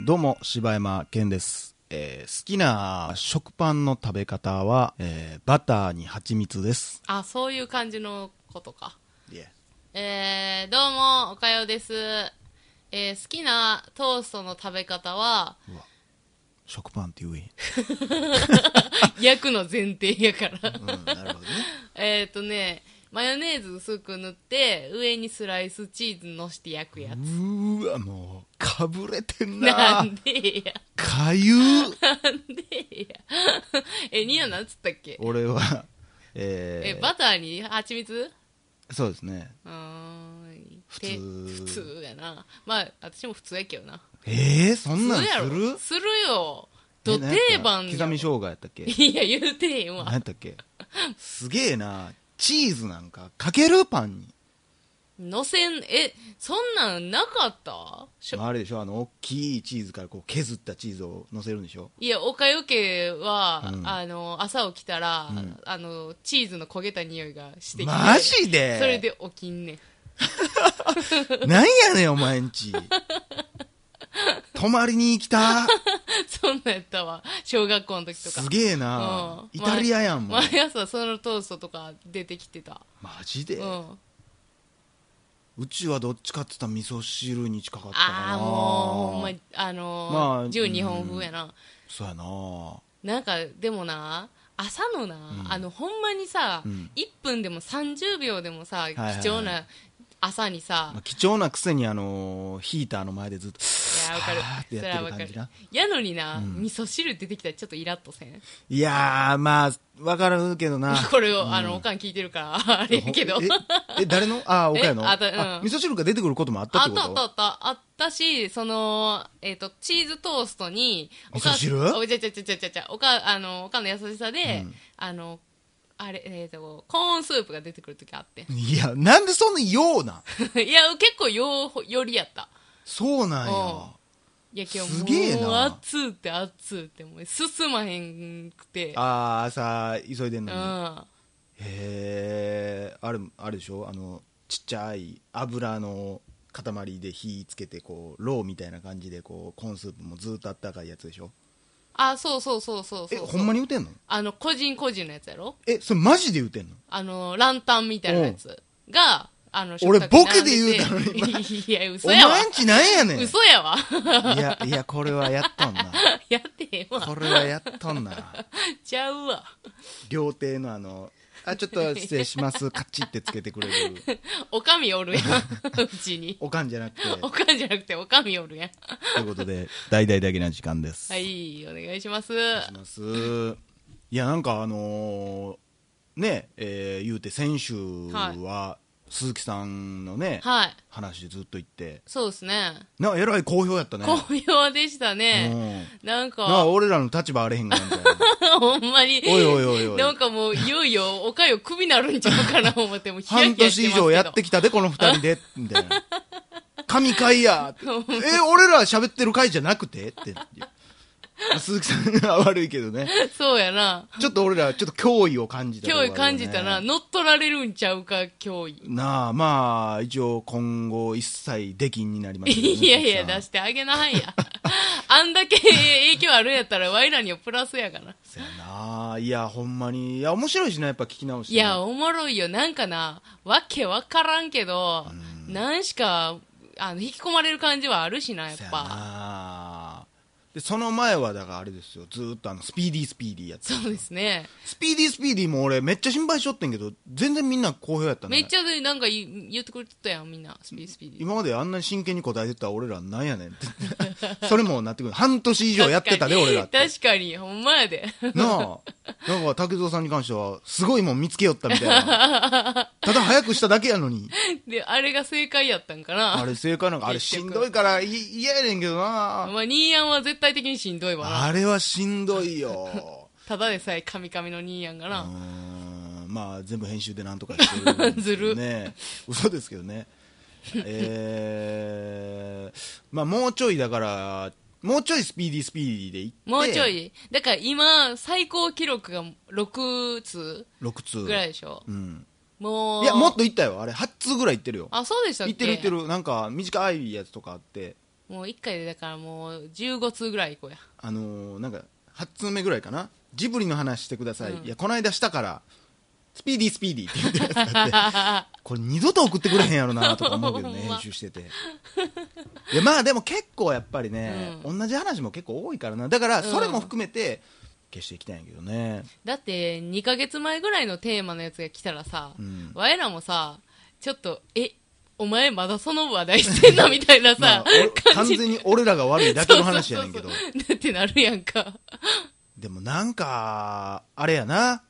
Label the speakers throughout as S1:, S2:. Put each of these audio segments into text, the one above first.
S1: どうも、柴山健です。えー好きな食パンの食べ方は、えーバターに蜂蜜です。
S2: あ、そういう感じのことか。
S1: いえ
S2: えー、どうも、おかよです。えー、好きなトーストの食べ方 は、
S1: 食パンって言えへん。
S2: 焼くの前提やから。
S1: うん、なるほどね。
S2: えっとね、マヨネーズ薄く塗って、上にスライスチーズのして焼くや
S1: う
S2: つ。
S1: ーわ、もう、かぶれてん
S2: な
S1: な。
S2: んでや。
S1: かゆー
S2: なんでや。 え、ニアなんつったっけ
S1: 俺は、えー
S2: え、バターに蜂蜜
S1: そうですね。
S2: うーん。
S1: 普
S2: て
S1: 通
S2: 普通やな。まあ、私も普通やけどな。
S1: えー、そんなん
S2: するや
S1: する
S2: ろするよど
S1: えなんやった
S2: 定番やろ
S1: 刻み生姜やったっけ
S2: いや言うてへん
S1: 何や
S2: わ
S1: ったっけすげえな。チーズなんか、かけるパンに。
S2: のせんえそんなんなかったしょ
S1: まあ、あれでしょあの大きいチーズからこう削ったチーズを乗せるんでしょ
S2: いや岡よけは、
S1: うん
S2: あの朝起きたら、
S1: うん
S2: あのチーズの焦げた匂いがしてきて
S1: マジで
S2: それで起きんねん
S1: なんやねんお前んち泊まりに行きた
S2: そんなんやったわ小学校の時とか
S1: すげえ
S2: うん
S1: な、イ
S2: 毎
S1: タリアやんもん
S2: 毎朝そのトーストとか出てきてた、
S1: マジで、
S2: う
S1: うんちはどっちかって言ったら味噌汁に近かったかな
S2: ああもうほんまあのー
S1: まあ
S2: 12本風やな、
S1: そうやな
S2: なんかでもな朝のな、
S1: うん
S2: あのほんまにさ、
S1: うん
S2: 1分でも30秒でもさ、
S1: いはいはい
S2: 貴重な朝にさ、
S1: まあ、貴重なくせにあのーヒーターの前でずっと
S2: いやわかる
S1: あーって
S2: それ
S1: やって
S2: は
S1: る
S2: わか
S1: 感じ
S2: る
S1: な
S2: やのにな、
S1: うん
S2: 味噌汁出てきたらちょっとイラッとせん
S1: いやーまあわかるけどな
S2: これを、あのおかん聞いてるから あれやけど
S1: ええ誰 のああ岡山の
S2: えあたうん
S1: あ味噌汁が出てくることもあったっ
S2: あ
S1: て
S2: っ
S1: こと
S2: たあったあったあったしその、えっとチーズトーストにお
S1: 味噌汁
S2: おじゃじゃじゃじゃじゃじゃおかあのおかんの優しさで、
S1: うん
S2: あのあれえっ、とコーンスープが出てくる時あって
S1: いや、なんでそんなようなん
S2: いや結構ようよりやった
S1: そうなんや。
S2: いや今日
S1: すげえな
S2: もう暑うって暑うってもう進まへんくて
S1: ああ、朝、急いでん
S2: うん
S1: のに。へえ、あれ、あれでしょあの、ちっちゃい油の塊で火つけて、こう、ローみたいな感じで、こう、コーンスープもずっとあったかいやつでしょ
S2: あそうそうそうそうそ
S1: え、
S2: う
S1: ほんまに売ってんの
S2: あの個人個人のやつやろ
S1: え、それマジで売ってんの
S2: あのランタンみたいなやつがあの
S1: 俺
S2: 食卓に並ん
S1: ボケで言うたの
S2: て いや
S1: お
S2: 嘘やわ
S1: 前んちなんやねん。い
S2: 嘘やわ
S1: や、いや、これはやっとんな。
S2: やってへんわ
S1: これはやっとんな。
S2: ちゃうわ
S1: 料亭のあの、あ、ちょっと失礼します。カチってつけてくれる。
S2: おかみおるやん うちに
S1: おかんじゃ なくて。
S2: おかんじゃなくておかみおるやん
S1: ということで、大々だけな時間です。
S2: は。いお願いします
S1: します。いや、なんかあのーね、えー言うて先週は、鈴木さんのね、
S2: はい
S1: 話ずっと言って、
S2: そうですね
S1: なんかえらい好評やったね。
S2: 好評でしたね、
S1: う
S2: なんか
S1: ん。なんか俺らの立場あれへんがみたいな。
S2: ほんまに。
S1: おいおいおいおい
S2: なんかもう、いよいよ、おかよクビなるんちゃうかな思って、もうヒヤ
S1: 半
S2: ヒヤしてま
S1: 年
S2: すけど。
S1: 以上やってきたで、この二人で、みたいな。神回 やってえ、俺ら喋ってる回じゃなくてって。鈴木さんが悪いけどね。
S2: そうやな。
S1: ちょっと俺ら、ちょっと脅威を感じたとこ
S2: 脅
S1: ろあ
S2: 威
S1: るよね、
S2: 感じたな。乗っ取られるんちゃうか、脅威。
S1: なあまあ一応今後一切出禁になりましたけどね
S2: いやいや、
S1: たく
S2: 出
S1: さん
S2: してあげなはんや。あんだけ影響あるんやったら、ワイらにはプラスやから。
S1: そやないやほんまにいや面白いしなやっぱ聞き直して
S2: いや、おもろいよ。なんかな、わけわからんけど、なんしか、あの、引き込まれる感じはあるしな、やっ
S1: そや
S2: ぱ。
S1: なでその前はだからあれですよずーっとあのスピーディースピーディーやってた
S2: そうですね。
S1: スピーディースピーディーも俺めっちゃ心配しとってんけど全然みんな好評やったね
S2: めっちゃ、なんか言言ってくれてたやん、みんな。スピースピーディー。
S1: 今まであんなに真剣に答えてた俺らなんやねんってそれもなってくる半年以上やってたで俺らって
S2: 確かに、ほんまやで。
S1: なあ、なんか竹蔵さんに関しては、すごいもん見つけよったみたいな。ただ早くしただけやのに、
S2: で、あれが正解やったんかな。
S1: あれ正解なんか、 あれ
S2: 結
S1: しん
S2: 局
S1: どいからい嫌やねんけどな。
S2: まあ、ニーヤンは絶対的にしんどいわな。
S1: あれはしんどい よ。
S2: ただでさえカミカミのニーヤンが
S1: うー
S2: な。
S1: んまあ全部編集でなんとかして るんですけどね嘘ですけどねえー、まあもうちょいだからもうちょいスピーディースピーディーでいって
S2: もうちょい。だから今、最高記録が6通
S1: 6通
S2: ぐらいでしょ。
S1: うん、
S2: もう。
S1: いやもっといったよあれ8通ぐらいいってるよ
S2: あ、そうでしたっ
S1: い
S2: け
S1: ってるいってるなんか短いやつとかあって
S2: もう一回でだからもう15通ぐらい行こうや
S1: あのーなんか8通目ぐらいかなジブリの話してください、いやこの間したからスピーディースピーディーって言ってるやつ だってこれ二度と送ってくれへんやろなとか思うけどね
S2: ほんま
S1: 編集してていやまあでも結構やっぱりね、同じ話も結構多いからなだからそれも含めて消していきたいんやけどね、
S2: だって2ヶ月前ぐらいのテーマのやつが来たらさ、
S1: うん
S2: 我らもさちょっとえお前まだその話題してんのみたいなさ、
S1: まあ、俺完
S2: 感じ
S1: 全に俺らが悪いだけの話やねんけど
S2: そうそうそうだってなるやんか
S1: でもなんかあれやな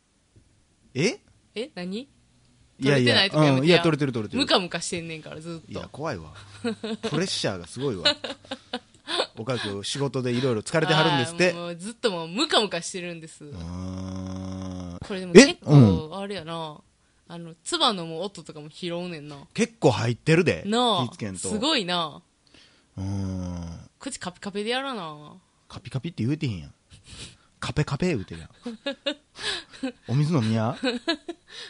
S1: え
S2: え何
S1: いやい
S2: 撮れてない
S1: や、
S2: とかや
S1: う
S2: め
S1: ん、
S2: て
S1: い
S2: や
S1: や、取れてる取れてる。
S2: ムカムカしてんねんからずっ
S1: い
S2: と
S1: や、怖いわ。プレッシャーがすごいわ。 おかく仕事でいろいろ疲れてはるんですって
S2: あー。もうずっともうムカムカしてるんです、
S1: うーん
S2: これでも
S1: え
S2: 結
S1: うん
S2: 構あれやなあの唾のもう音とかも拾うねんな
S1: 結構入ってるで。
S2: な
S1: 気ぃつけ
S2: あ
S1: んと。
S2: す
S1: い。
S2: ごいな
S1: うーん。
S2: こっちカピカピでやらな
S1: カピカピって言うてへんやん。カペカペ言うてるやん。 お水飲みや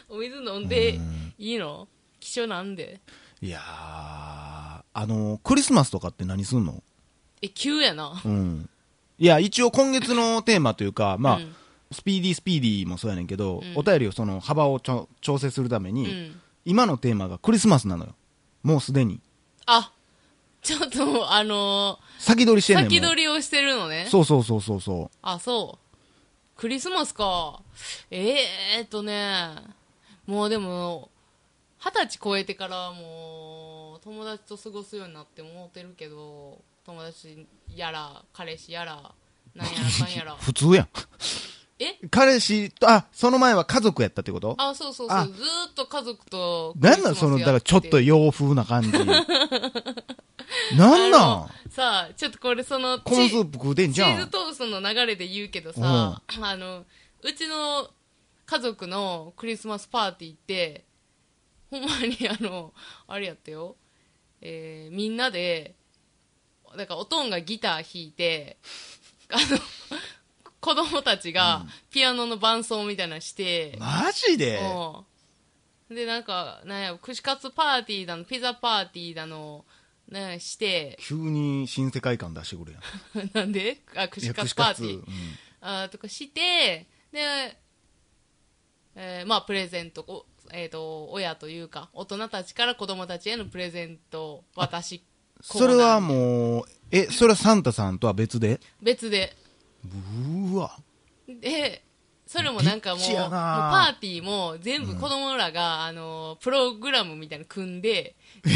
S2: お水飲んで
S1: うん
S2: いいの気象なんで
S1: いやー、あのクリスマスとかって何すんの
S2: え急やな
S1: うん。いや、一応今月のテーマというか、まあ、
S2: うん
S1: スピーディースピーディーもそうやねんけど、
S2: うん
S1: お便りをその幅をちょ調整するため
S2: う
S1: に、
S2: ん
S1: 今のテーマがクリスマスなのよ。もうすでに。
S2: あちょっともうあの
S1: 先取りして
S2: ー
S1: んねんもう
S2: 先取りをしてるのね
S1: そうそうそうそうそ
S2: あそうクリスマスかえー、っとねもうでも二十歳超えてからもう友達と過ごすようになって思ってるけど友達やら彼氏やらなんやら かんやら
S1: う。普通やん。
S2: え
S1: 彼氏と、あ、その前は家族やったってこと
S2: あそうそうそ
S1: あ
S2: うずーっと家族とク
S1: な
S2: リ
S1: ん
S2: スマ
S1: なん
S2: ス
S1: その、だ
S2: や
S1: からちょってと洋風な 感じ。なんなん
S2: あのさあちょっとこれその
S1: コーン
S2: チ
S1: スープ食うてんじ
S2: チ
S1: ゃ
S2: ーズ
S1: ん。
S2: トーストの流れで言うけどさ、あのうちの家族のクリスマスパーティーってほんまにあのあれやったよ、えーみんなでだからおとんがギター弾いてあの子供たちがピアノの伴奏みたいなのして、
S1: マジで
S2: うんでなんかなんや串カツパーティーだのピザパーティーだのなんやして
S1: 急に新世界観出してくるやん。
S2: なんであ
S1: い
S2: 串
S1: や
S2: カ
S1: 串
S2: ツパ
S1: カ
S2: ー
S1: ツ
S2: ティーあーとかしてで、えーまあプレゼントを、えー、と親というか大人たちから子供たちへのプレゼント私
S1: それはもう、え、それはサンタさんとは別 で
S2: 別で
S1: うーわ。
S2: でそれもなんかもう
S1: リッチやな
S2: もうパーティーも全部子供らが、あのプログラムみたいなの組 んでな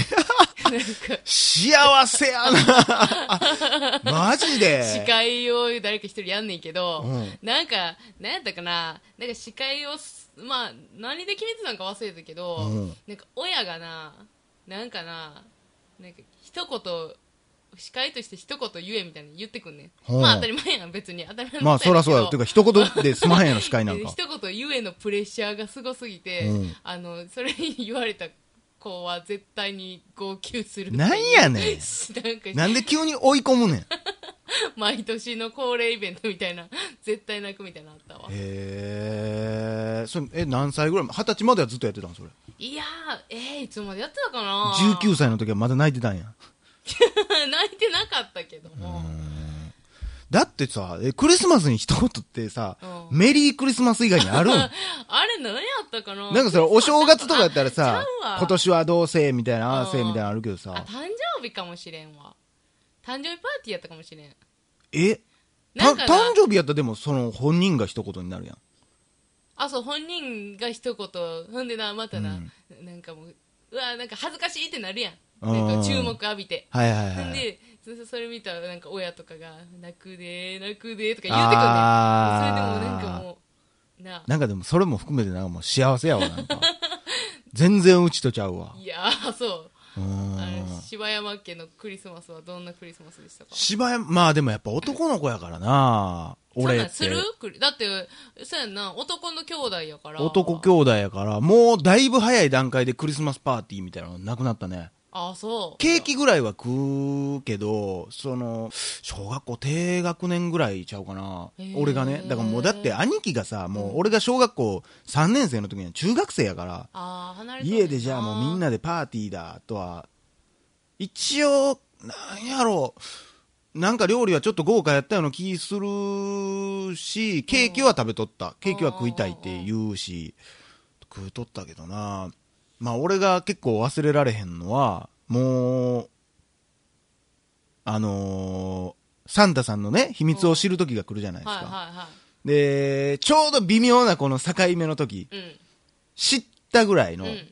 S2: んか
S1: 幸せやな マジで
S2: 司会を誰か一人やんねんけど、
S1: うん
S2: なんか、なんやったかな、なんか司会をす、まあ、何で決めてたんか忘れたけど、
S1: うん
S2: なんか親がな、なんかな、なんか一言、司会として一言言えみたいに言ってくんねん。
S1: うん
S2: まあ当たり前やん、別に。当 たり前の
S1: まあ、
S2: こと
S1: そらそうや
S2: や
S1: ろ。
S2: ねん
S1: て
S2: け
S1: いう
S2: ど
S1: か、一言で済まへんやろ、司会なん
S2: で
S1: か
S2: 一。言言えのプレッシャーがすごすぎて、
S1: うん
S2: あの、それに言われた子は絶対に号泣するっていう。
S1: なんやね
S2: なんか
S1: ん。なんで急に追い込むねん。 へ
S2: 毎年の恒例イベントみたいな絶対泣くみたいなのあったわ
S1: え。それ、え、何歳ぐらい二十歳まではずっとやってたんそれ。
S2: いやーえー、いつまでやってたかな
S1: 19歳の時はまだ泣いてたんや。
S2: 泣いてなかったけども
S1: だってさ、え、クリスマスに一言ってさ、
S2: うん
S1: メリークリスマス以外に あるん
S2: あれ何やったかな
S1: なんかそれ、お正月とかやったらさ
S2: ちゃうわ、
S1: 今年はどうせみたいな、ああせ
S2: うん
S1: みたいなのあるけど
S2: あ
S1: さ、
S2: 誕生日かもしれんわ誕生日パーティーやったかもしれん
S1: えた
S2: なん
S1: 誕
S2: かな
S1: 生日やったらでも、その本人が一言になるやん。
S2: あそう本人が一言ほんでなまたな、なんかもううわなんか恥ずかしいってなるやん
S1: うん
S2: なんか注目浴びて
S1: はいはい
S2: ほ
S1: は
S2: ん
S1: い。
S2: でそそれ見たらなんか親とかが「泣くで泣くで」とか言うてくんね
S1: あー
S2: んそれでもなんかもうな
S1: なんかでもそれも含めてなんかもう幸せやわ、なんか。 全然うちとちゃうわ。
S2: いやーそう
S1: うーん
S2: あの柴山家のクリスマスはどんなクリスマスでしたか
S1: 芝居、まあでもやっぱ男の子やからな俺
S2: そん
S1: っ
S2: なんす
S1: て
S2: る。クリだってそうやんな男の兄弟やから
S1: 男兄弟やから、もうだいぶ早い段階でクリスマスパーティーみたいなのなくなったね。
S2: ああそう
S1: ケーキぐらいは食うけど、その、小学校低学年ぐらいちゃうかな
S2: へ。ー
S1: 俺がね。だからもうだって兄貴がさ、もう俺が小学校3年生の時には中学生やから、
S2: ああ離れて
S1: 家でじゃあもうみん
S2: な
S1: なでパーティーだとは一応なんやろう、なんか料理はちょっと豪華やったような気するし、ケーキは食べとった、ケーキは食いたいって言うし、食うとったけどな、まあ、俺が結構忘れられへんのは、もう、あのーサンタさんのね、秘密を知る時が来るじゃないです
S2: はい
S1: か。
S2: は
S1: で、ちょうど微妙なこの境目の時、
S2: いはい。うん。
S1: 知ったぐらいの
S2: うん。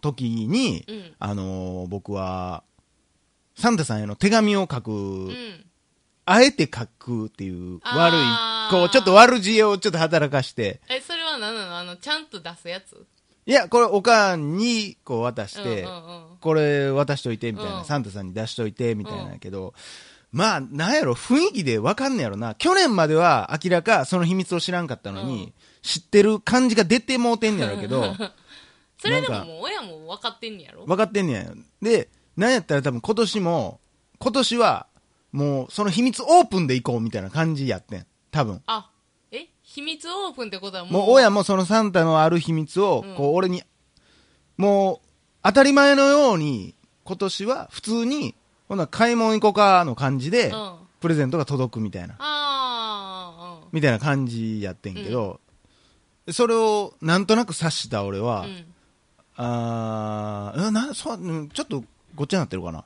S1: 時に、
S2: うん
S1: あのー僕は、サンタさんへの手紙を書く、
S2: うん。
S1: あえて書くっていう悪い
S2: あ、ー
S1: こう、ちょっと悪知恵をちょっと働かして、
S2: え、それは何なのあの、ちゃんと出すやつ
S1: いや、これおかんにこう渡して、
S2: うんうんうん
S1: これ渡しといて、みたいな、
S2: うん
S1: サンタさんに出しといて、みたいなんやけど、まあ、なんやろ、雰囲気でわかんねやろな。去年までは明らかその秘密を知らんかったのに、
S2: うん
S1: 知ってる感じが出てもうてんねやろうけ ど、
S2: それで
S1: なんか
S2: ももう親も分かってんねやろ
S1: 分かってんねやでなんやったら多分今年も今年はもうその秘密オープンで行こうみたいな感じやってん多分
S2: あ、え秘密オープンってことはもう。
S1: もう親もそのサンタのある秘密を
S2: うん
S1: こう俺に、もう当たり前のように今年は普通にほな買い物行こうかの感じで、
S2: うん
S1: プレゼントが届くみたいな
S2: あ
S1: みたいな感じやってんけど、それをなんとなく察した俺
S2: あ、
S1: は、
S2: うん。うん。
S1: あーうんなそううんちょっとごっちゃになってるかな、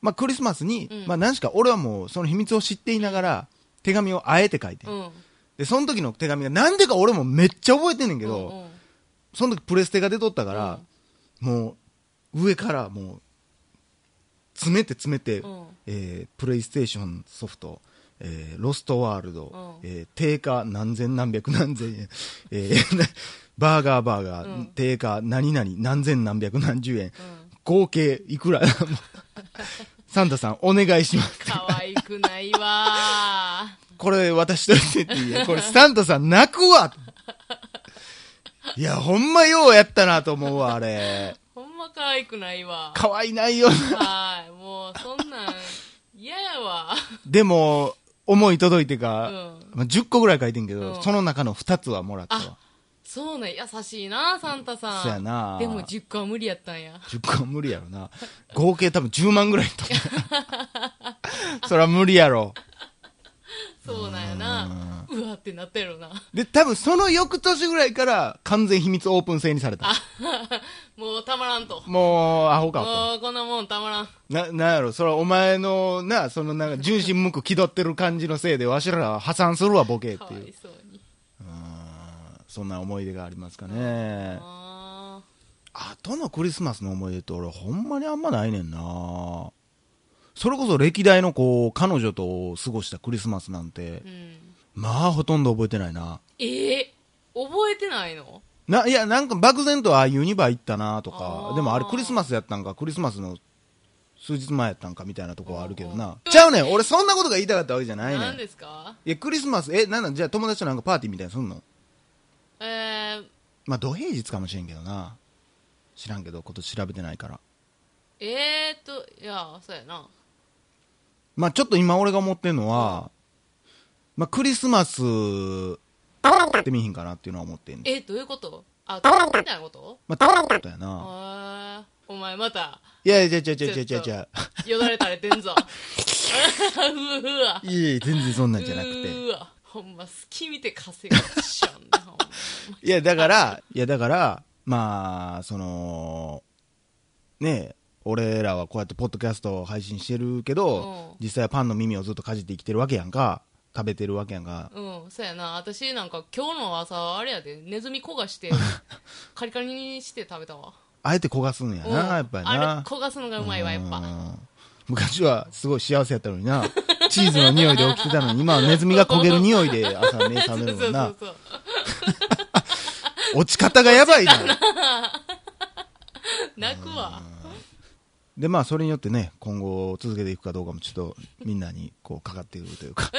S1: まあ、クリスマスに、
S2: うん
S1: まあ、何しか俺はもうその秘密を知っていながら手紙をあえて書いてん、
S2: うん。
S1: でその時の手紙がなんでか俺もめっちゃ覚えてんねんけど、
S2: うんうん
S1: その時プレステが出とったから、もう上からもう詰めて詰めて、
S2: うん
S1: えープレイステーションソフト、えーロストワールド、
S2: うん
S1: えー定価何千何百何千円、えー なバーガーバーガー、
S2: うん
S1: 定価何々何千何百何十円、合計いくら もうサンタさんお願いします
S2: 可愛くないわ
S1: これ渡しといてっていうこれサンタさん泣くわいやほんまようやったなと思うわあれ
S2: ー。ほんま可愛くないわ
S1: 可愛いないよな
S2: はい。もう、そんなん、嫌やわ。
S1: でも思い届いてか、
S2: うん
S1: まあ、10個ぐらい書いてんけど、
S2: うん
S1: その中の2つはもらったわ
S2: あそうね、優しいな、サンタさん。
S1: そうやな
S2: でも10個は無理やったんや。
S1: 10個は無理やろな合計多分10万ぐらいと思う そりゃ無理やろ
S2: そうなんやな。うわってなったやろな。
S1: で多分その翌年ぐらいから完全秘密オープン制にされた
S2: もうたまらんと。
S1: もうアホかと
S2: もうこんなもんたまらん。
S1: ななんやろそれはお前のなそのなんか純真無垢気取ってる感じのせいでわしらは破産するわボケっ
S2: か
S1: て
S2: わ
S1: いう
S2: いそうに。
S1: うんそんな思い出がありますかね
S2: あ
S1: 後のクリスマスの思い出って俺ほんまにあんまないねんなそれこそ歴代のこう彼女と過ごしたクリスマスなんて
S2: ーうん。
S1: まあほとんど覚えてないな
S2: ええ覚えてないの
S1: ないやなんか漠然とああユニバ行ったなと
S2: あ
S1: か
S2: ー
S1: でもあれクリスマスやったんかクリスマスの数日前やったんかみたいなとこはあるけど
S2: うんう
S1: なんちゃうねん俺そんなことが言いたかったわけじゃないね
S2: 何
S1: ん
S2: ですか
S1: いやクリスマスえなんなんじゃあ友達となんかパーティーみたいなのすんの
S2: えー、
S1: まあ土平日かもしれんけどな知らんけどこと調べてないから
S2: えーと、いや、そうやな。
S1: まあちょっと今俺が思ってんのは、まあクリスマスってみひんかなっていうのは思ってんねん
S2: えどういうことあ、みたいなこと
S1: まあってことやな
S2: あーお前また、
S1: いやいやいやいやいやいやいや
S2: よだれ垂れてん ぞ。うわ。
S1: いやいや全然そんなんじゃなくて
S2: うわ。ほんま、好き見て稼がしちゃうんだ、ほんま。
S1: いやだからいやだからまあそのねえ俺らはこうやってポッドキャストを配信してるけど
S2: うん
S1: 実際はパンの耳をずっとかじって生きてるわけやんか食べてるわけやんか
S2: うん、そうやな。私なんか今日の朝、あれやで、ネズミ焦 がして、カリカリにして食べたわ。
S1: あえて焦がすんや
S2: うん
S1: な、やっぱり
S2: あれ
S1: な。
S2: 焦がすのがうまいわ、やっぱ。
S1: うん昔はすごい幸せやったのに な。チーズの匂いで起きてたのに、今はネズミが焦げる匂いで朝目覚めるもんな。
S2: そうそうそう
S1: 落ち方がやばいな。
S2: そう。泣くわ。
S1: で、まあ、それによってね、今後続けていくかどうかもちょっとみんなにこうかかってくるという か。
S2: 切っ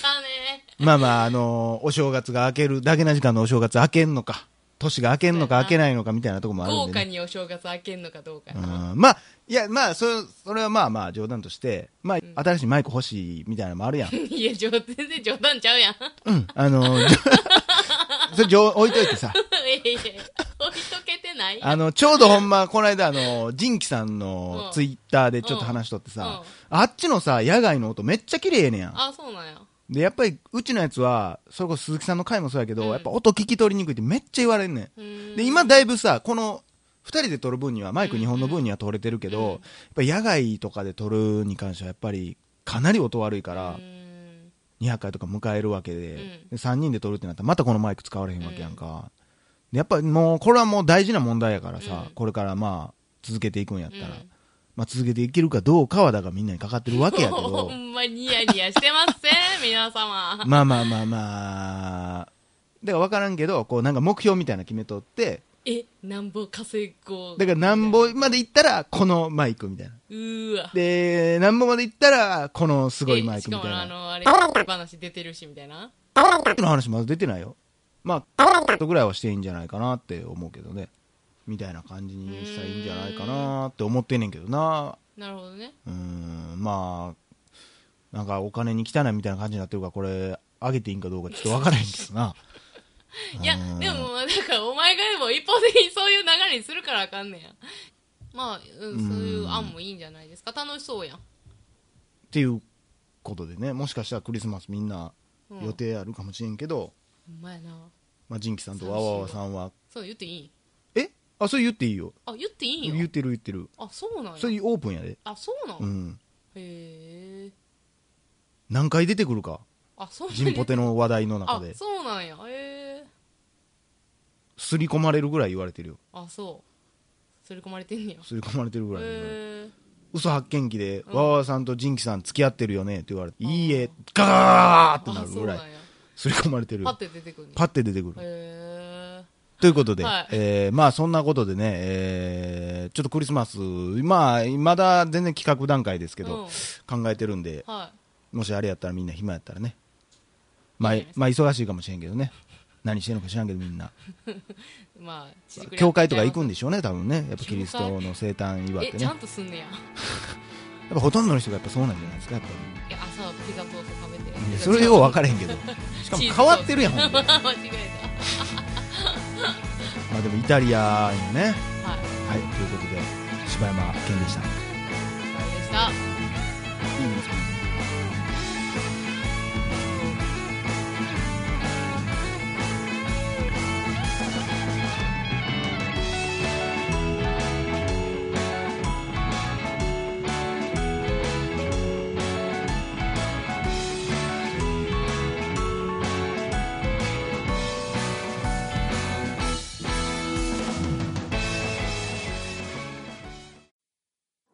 S2: たね。
S1: まあまあ、あのーお正月が明ける、だけな時間のお正月明けんのか、年が明けんのか
S2: そうやな
S1: 明けないのかみたいなとこもある
S2: 豪
S1: んで、
S2: 華
S1: ね。
S2: にお正月開けんのかどうか
S1: う
S2: やな。
S1: んまあ、いや、まあ、それ、それはまあまあ冗談として、まあ、新しいマイク欲しいみたいなのもあるやん。
S2: いや、冗全然冗談ちゃうやん。
S1: うん、あのー、じょそれじょ置いといてさ、
S2: いやいや、置いとけててない
S1: あの、ちょうどほんま、この間あの、ジンキさんの
S2: うん
S1: ツイッターでちょっと話しとってさ、あっちのさ、野外の音めっちゃ綺麗やねやん。
S2: あ、そうなんや。
S1: で、やっぱり、うちのやつは、それこそ鈴木さんの回もそうやけど、
S2: うん
S1: やっぱ音聞き取りにくいってめっちゃ言われんね。
S2: うんーん
S1: で、今だいぶさ、この、二人で撮る分には、マイク日本の分には撮れてるけ
S2: うん
S1: ど、やっぱ野外とかで撮るに関しては、やっぱり、かなり音悪いか
S2: う
S1: ら、
S2: ーん
S1: 200回とか迎えるわけで、
S2: う
S1: で
S2: ん
S1: 3人で撮るってなったら、またこのマイク使われへんわけやんか。でやっぱりもう、これはもう大事な問題やからさ、
S2: うん
S1: これからまあ、続けていくんやったら、
S2: うん
S1: まあ続けていけるかどうかは、だからみんなにかかってるわけやけ
S2: ほ
S1: ど、
S2: んまニヤニヤしてま せん皆様。
S1: まあまあまあまあ。だから分からんけど、こうなんか目標みたいなの決めとって、
S2: え、なんぼ稼ごう。
S1: だからなんぼまで行ったらこのマイクみたいな。
S2: うーわ。
S1: で、なんぼまで行ったらこのすごいマイクみたい
S2: えしか
S1: な。
S2: もあの、あれ、話出てるし、みたいな。
S1: の話まだ出てないよ。まあ、とぐらいはしていいんじゃないかなって思うけどね。みたいな感じにしたらいいんじゃないかなって思ってんねんけどな。
S2: なるほどね。
S1: うーん、まあ、なんかお金に汚いみたいな感じになってるから、これ、あげていいんかどうかちょっと分からへんけどな。
S2: いや、でも、なんか、お前がでも一方的にそういう流れにするからあかんねや。まあ、うん、そういう案もいいんじゃないですか。楽しそうやん。
S1: っていうことでねもしかしたらクリスマスみんな
S2: うん
S1: 予定あるかもしれんけど、
S2: ほんまやな。
S1: まあ、ジンキさんとわわわさんは
S2: そう、言っていい
S1: えあそれ言っていいよ
S2: あ、言っていいん
S1: 言っ
S2: よ。
S1: てる言ってる
S2: あ、そうなん
S1: そ
S2: や。
S1: れオープンやで
S2: あ、そうなん、
S1: うん
S2: へえ。
S1: 何回出てくるか
S2: あ、そうなん
S1: ジンポテの話題の中
S2: あ
S1: で、
S2: そうなんや。へえ。
S1: 刷り込まれるぐらい言われてるよ
S2: あ、そう。刷り込まれてんねや。
S1: 刷り込まれてるぐらい言われる
S2: へえ。
S1: 嘘発見器で、
S2: ん
S1: わわわさんとジンキさん付き合ってるよねって言われて、
S2: うん
S1: いいえガーってな
S2: あ、
S1: る
S2: そ
S1: ぐ
S2: う
S1: ら
S2: ないんや。
S1: 刷り込まれてる
S2: パッて出てくるね
S1: パッて出てくる
S2: へえ。
S1: ということで、
S2: はい
S1: えーまあそんなことでね、えーちょっとクリスマス、まあ、まだ全然企画段階ですけど、考えてるんで、
S2: はい。
S1: もしあれやったらみんな暇やったらね、まあ
S2: いいじゃないです、か
S1: まあ忙しいかもしれんけどね、何してんのか知らんけどみんな、
S2: まあ、縮こり
S1: 教会とか行くん
S2: で
S1: でしょうね、多分ね、やっぱキリストの生誕祝っ
S2: え、
S1: てね、
S2: ちゃ
S1: や
S2: んとすんねや。
S1: っぱほとんどの人がやっぱそうなんじゃないですか、やっぱ
S2: いや、朝はピザトースト食べ
S1: りい
S2: て。
S1: やそれよう分からへんけ ど、しかも変わってるやん、
S2: チー
S1: ほん
S2: ズと
S1: で
S2: 間違
S1: まあでもイタリアよね、
S2: えた。はい。
S1: はい、ということで、柴山健でした。いい
S2: わかりました。
S1: ですね